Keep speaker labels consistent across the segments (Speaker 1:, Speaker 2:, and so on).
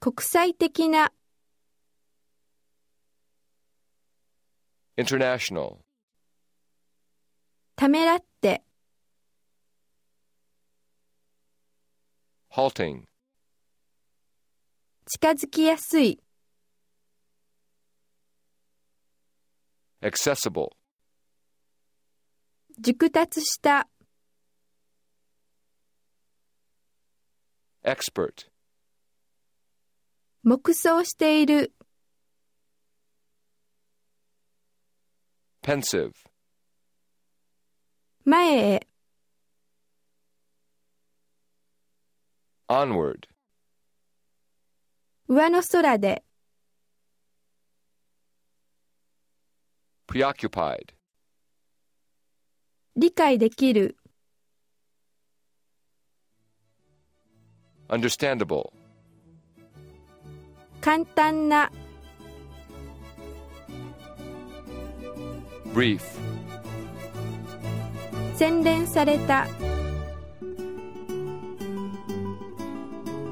Speaker 1: 国際的な
Speaker 2: international,
Speaker 1: ためらって
Speaker 2: halting,
Speaker 1: 近づきやすい
Speaker 2: accessible,
Speaker 1: 熟達した
Speaker 2: expert,
Speaker 1: 黙想している
Speaker 2: pensive,
Speaker 1: 前へ
Speaker 2: onward,
Speaker 1: 上の空で
Speaker 2: preoccupied,
Speaker 1: 理解できる
Speaker 2: understandable,
Speaker 1: 簡単な
Speaker 2: brief,
Speaker 1: 洗練された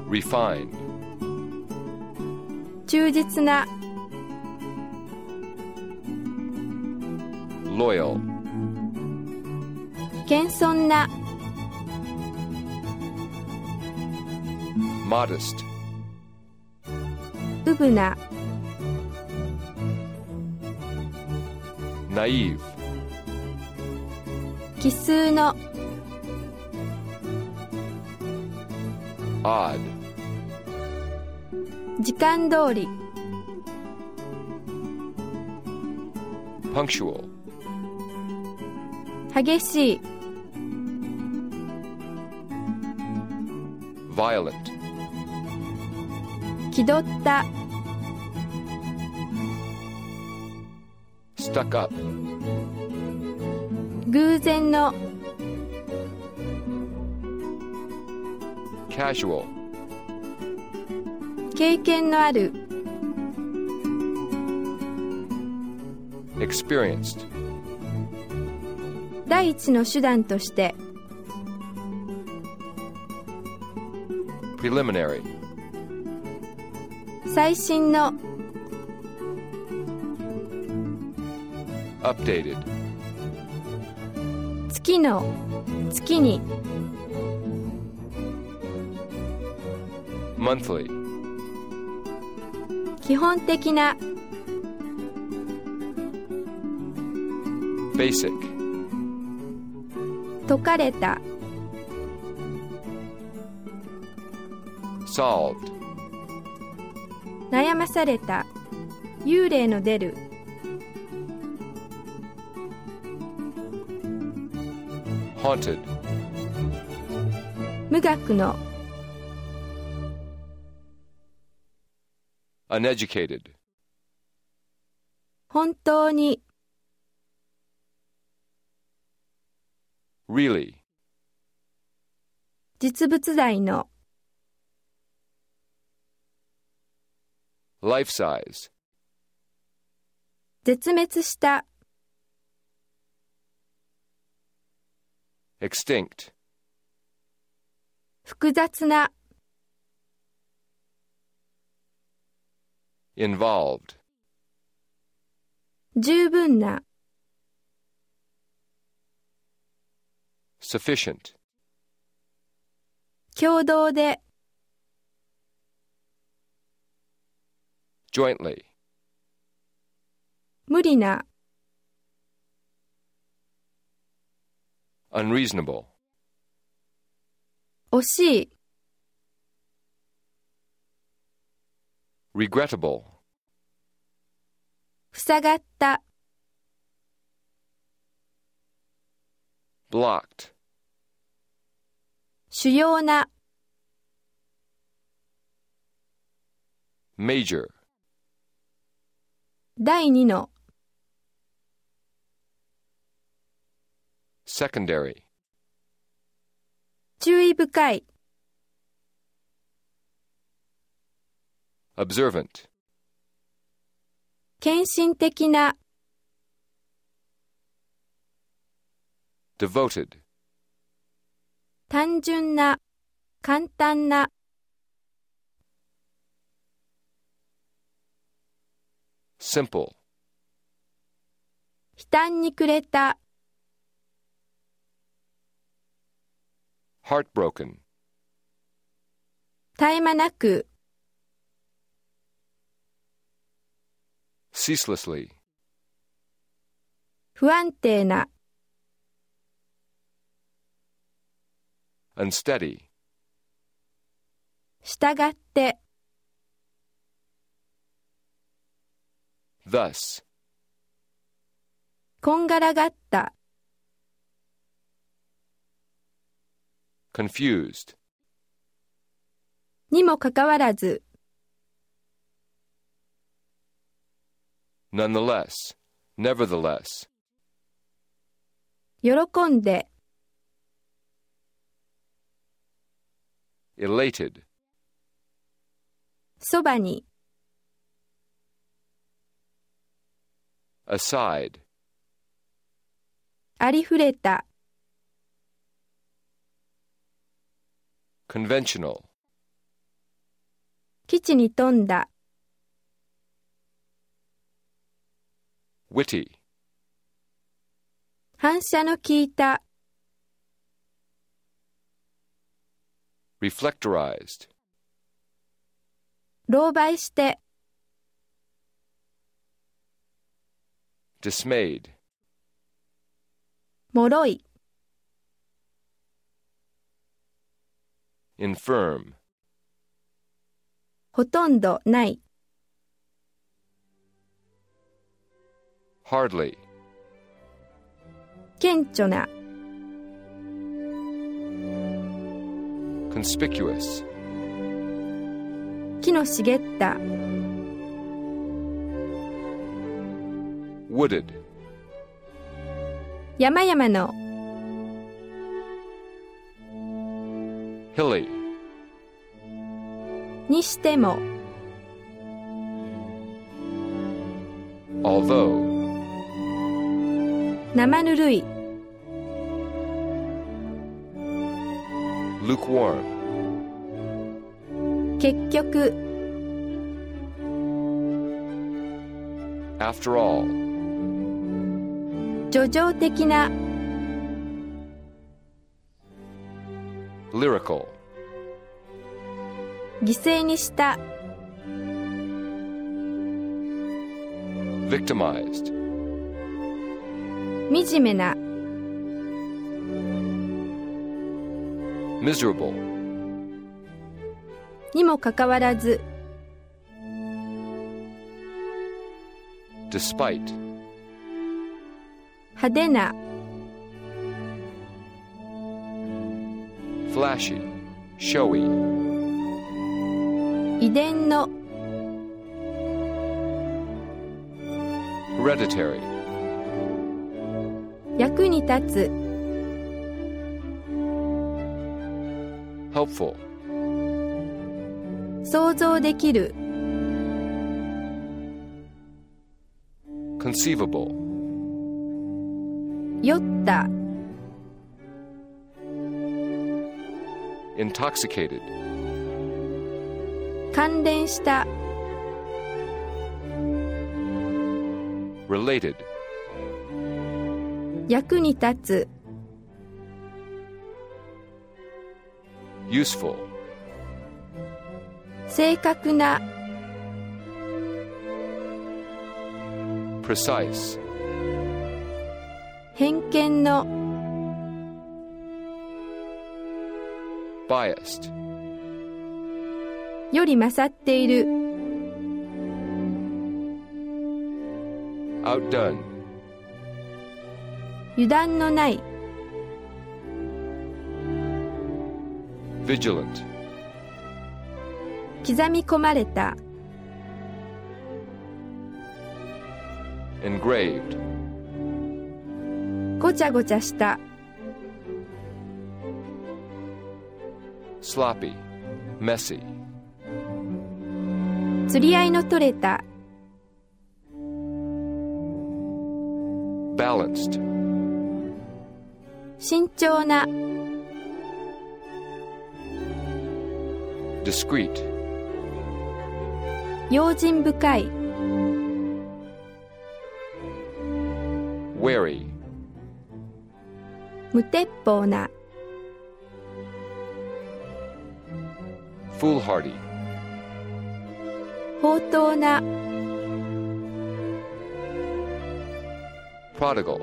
Speaker 2: refined,
Speaker 1: 忠実な
Speaker 2: loyal,
Speaker 1: 謙遜な
Speaker 2: modest,
Speaker 1: うぶな
Speaker 2: naive,
Speaker 1: 奇数の
Speaker 2: odd,
Speaker 1: 時間通り
Speaker 2: punctual,
Speaker 1: 激しい
Speaker 2: violent,
Speaker 1: 気取った
Speaker 2: stuck up,
Speaker 1: 偶然の
Speaker 2: casual,
Speaker 1: 経験のある
Speaker 2: experienced,
Speaker 1: 第一の手段として
Speaker 2: preliminary,
Speaker 1: 最新の
Speaker 2: updated,
Speaker 1: 月の月に
Speaker 2: monthly,
Speaker 1: 基本的な
Speaker 2: basic,
Speaker 1: 解かれた
Speaker 2: solved,
Speaker 1: 悩まされた幽霊の出る
Speaker 2: haunted,
Speaker 1: 無学の
Speaker 2: uneducated,
Speaker 1: 本当に
Speaker 2: really,
Speaker 1: 実物大の
Speaker 2: life size,
Speaker 1: 絶滅した
Speaker 2: extinct,
Speaker 1: 複雑な
Speaker 2: involved,
Speaker 1: 十分な
Speaker 2: sufficient,
Speaker 1: 共同で
Speaker 2: jointly,
Speaker 1: 無理な
Speaker 2: unreasonable,
Speaker 1: 惜しい
Speaker 2: regrettable,
Speaker 1: 塞がった
Speaker 2: blocked,
Speaker 1: 主要な
Speaker 2: major,
Speaker 1: 第二の
Speaker 2: secondary,
Speaker 1: 注意深い
Speaker 2: observant,
Speaker 1: 献身的な
Speaker 2: devoted,
Speaker 1: 単純な簡単な
Speaker 2: simple,
Speaker 1: 悲嘆に暮れた
Speaker 2: heartbroken,
Speaker 1: 絶え間なく
Speaker 2: ceaselessly,
Speaker 1: 不安定な
Speaker 2: unsteady,
Speaker 1: 従って、
Speaker 2: thus,
Speaker 1: こんがらがった、
Speaker 2: confused,
Speaker 1: にもかかわらず、
Speaker 2: nonetheless, nevertheless,
Speaker 1: 喜んで、
Speaker 2: elated,
Speaker 1: そばに、
Speaker 2: aside,
Speaker 1: ありふれた、
Speaker 2: conventional,
Speaker 1: 基地に富んだ、
Speaker 2: witty,
Speaker 1: 反射の効いた、
Speaker 2: reflectorized,
Speaker 1: 狼狽して、
Speaker 2: dismayed,
Speaker 1: 脆い、
Speaker 2: infirm,
Speaker 1: ほとんどない、
Speaker 2: hardly,
Speaker 1: 顕著な、
Speaker 2: conspicuous,
Speaker 1: 木の茂った、
Speaker 2: wooded,
Speaker 1: 山々の、
Speaker 2: hilly,
Speaker 1: にしても、
Speaker 2: although,
Speaker 1: 生ぬるい、
Speaker 2: lukewarm,
Speaker 1: 結局、
Speaker 2: after all,
Speaker 1: 叙情的な、
Speaker 2: lyrical,
Speaker 1: 犠牲にした、
Speaker 2: victimized,
Speaker 1: 惨めな、
Speaker 2: miserable,
Speaker 1: にもかかわらず、
Speaker 2: despite,
Speaker 1: 派手な、
Speaker 2: flashy, showy,
Speaker 1: 遺伝の、
Speaker 2: hereditary,
Speaker 1: 役に立つ、
Speaker 2: helpful,
Speaker 1: 想像できる
Speaker 2: conceivable,
Speaker 1: 酔った、
Speaker 2: intoxicated,
Speaker 1: 関連した、
Speaker 2: related,
Speaker 1: 役に立つ、
Speaker 2: useful,
Speaker 1: 正確な、
Speaker 2: precise,
Speaker 1: 偏見の、
Speaker 2: biased,
Speaker 1: より勝っている、
Speaker 2: outdone,
Speaker 1: 油断のない、
Speaker 2: vigilant,
Speaker 1: 刻み込まれた、
Speaker 2: engraved,
Speaker 1: ごちゃごちゃした、
Speaker 2: sloppy, messy,
Speaker 1: 釣り合いの取れた、
Speaker 2: balanced,
Speaker 1: 慎重な、
Speaker 2: discreet,
Speaker 1: 用心深い、
Speaker 2: wary,
Speaker 1: 無鉄砲な
Speaker 2: foolhardy,
Speaker 1: 放蕩な
Speaker 2: prodigal,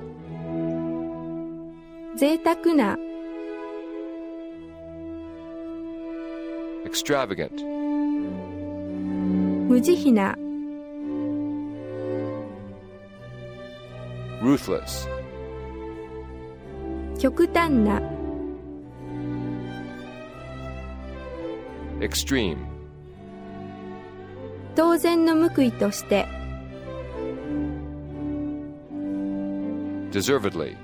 Speaker 1: 贅沢な
Speaker 2: extravagant,
Speaker 1: 無慈悲な
Speaker 2: ruthless,
Speaker 1: 極端な
Speaker 2: extreme,
Speaker 1: 当然の報いとして
Speaker 2: deservedly,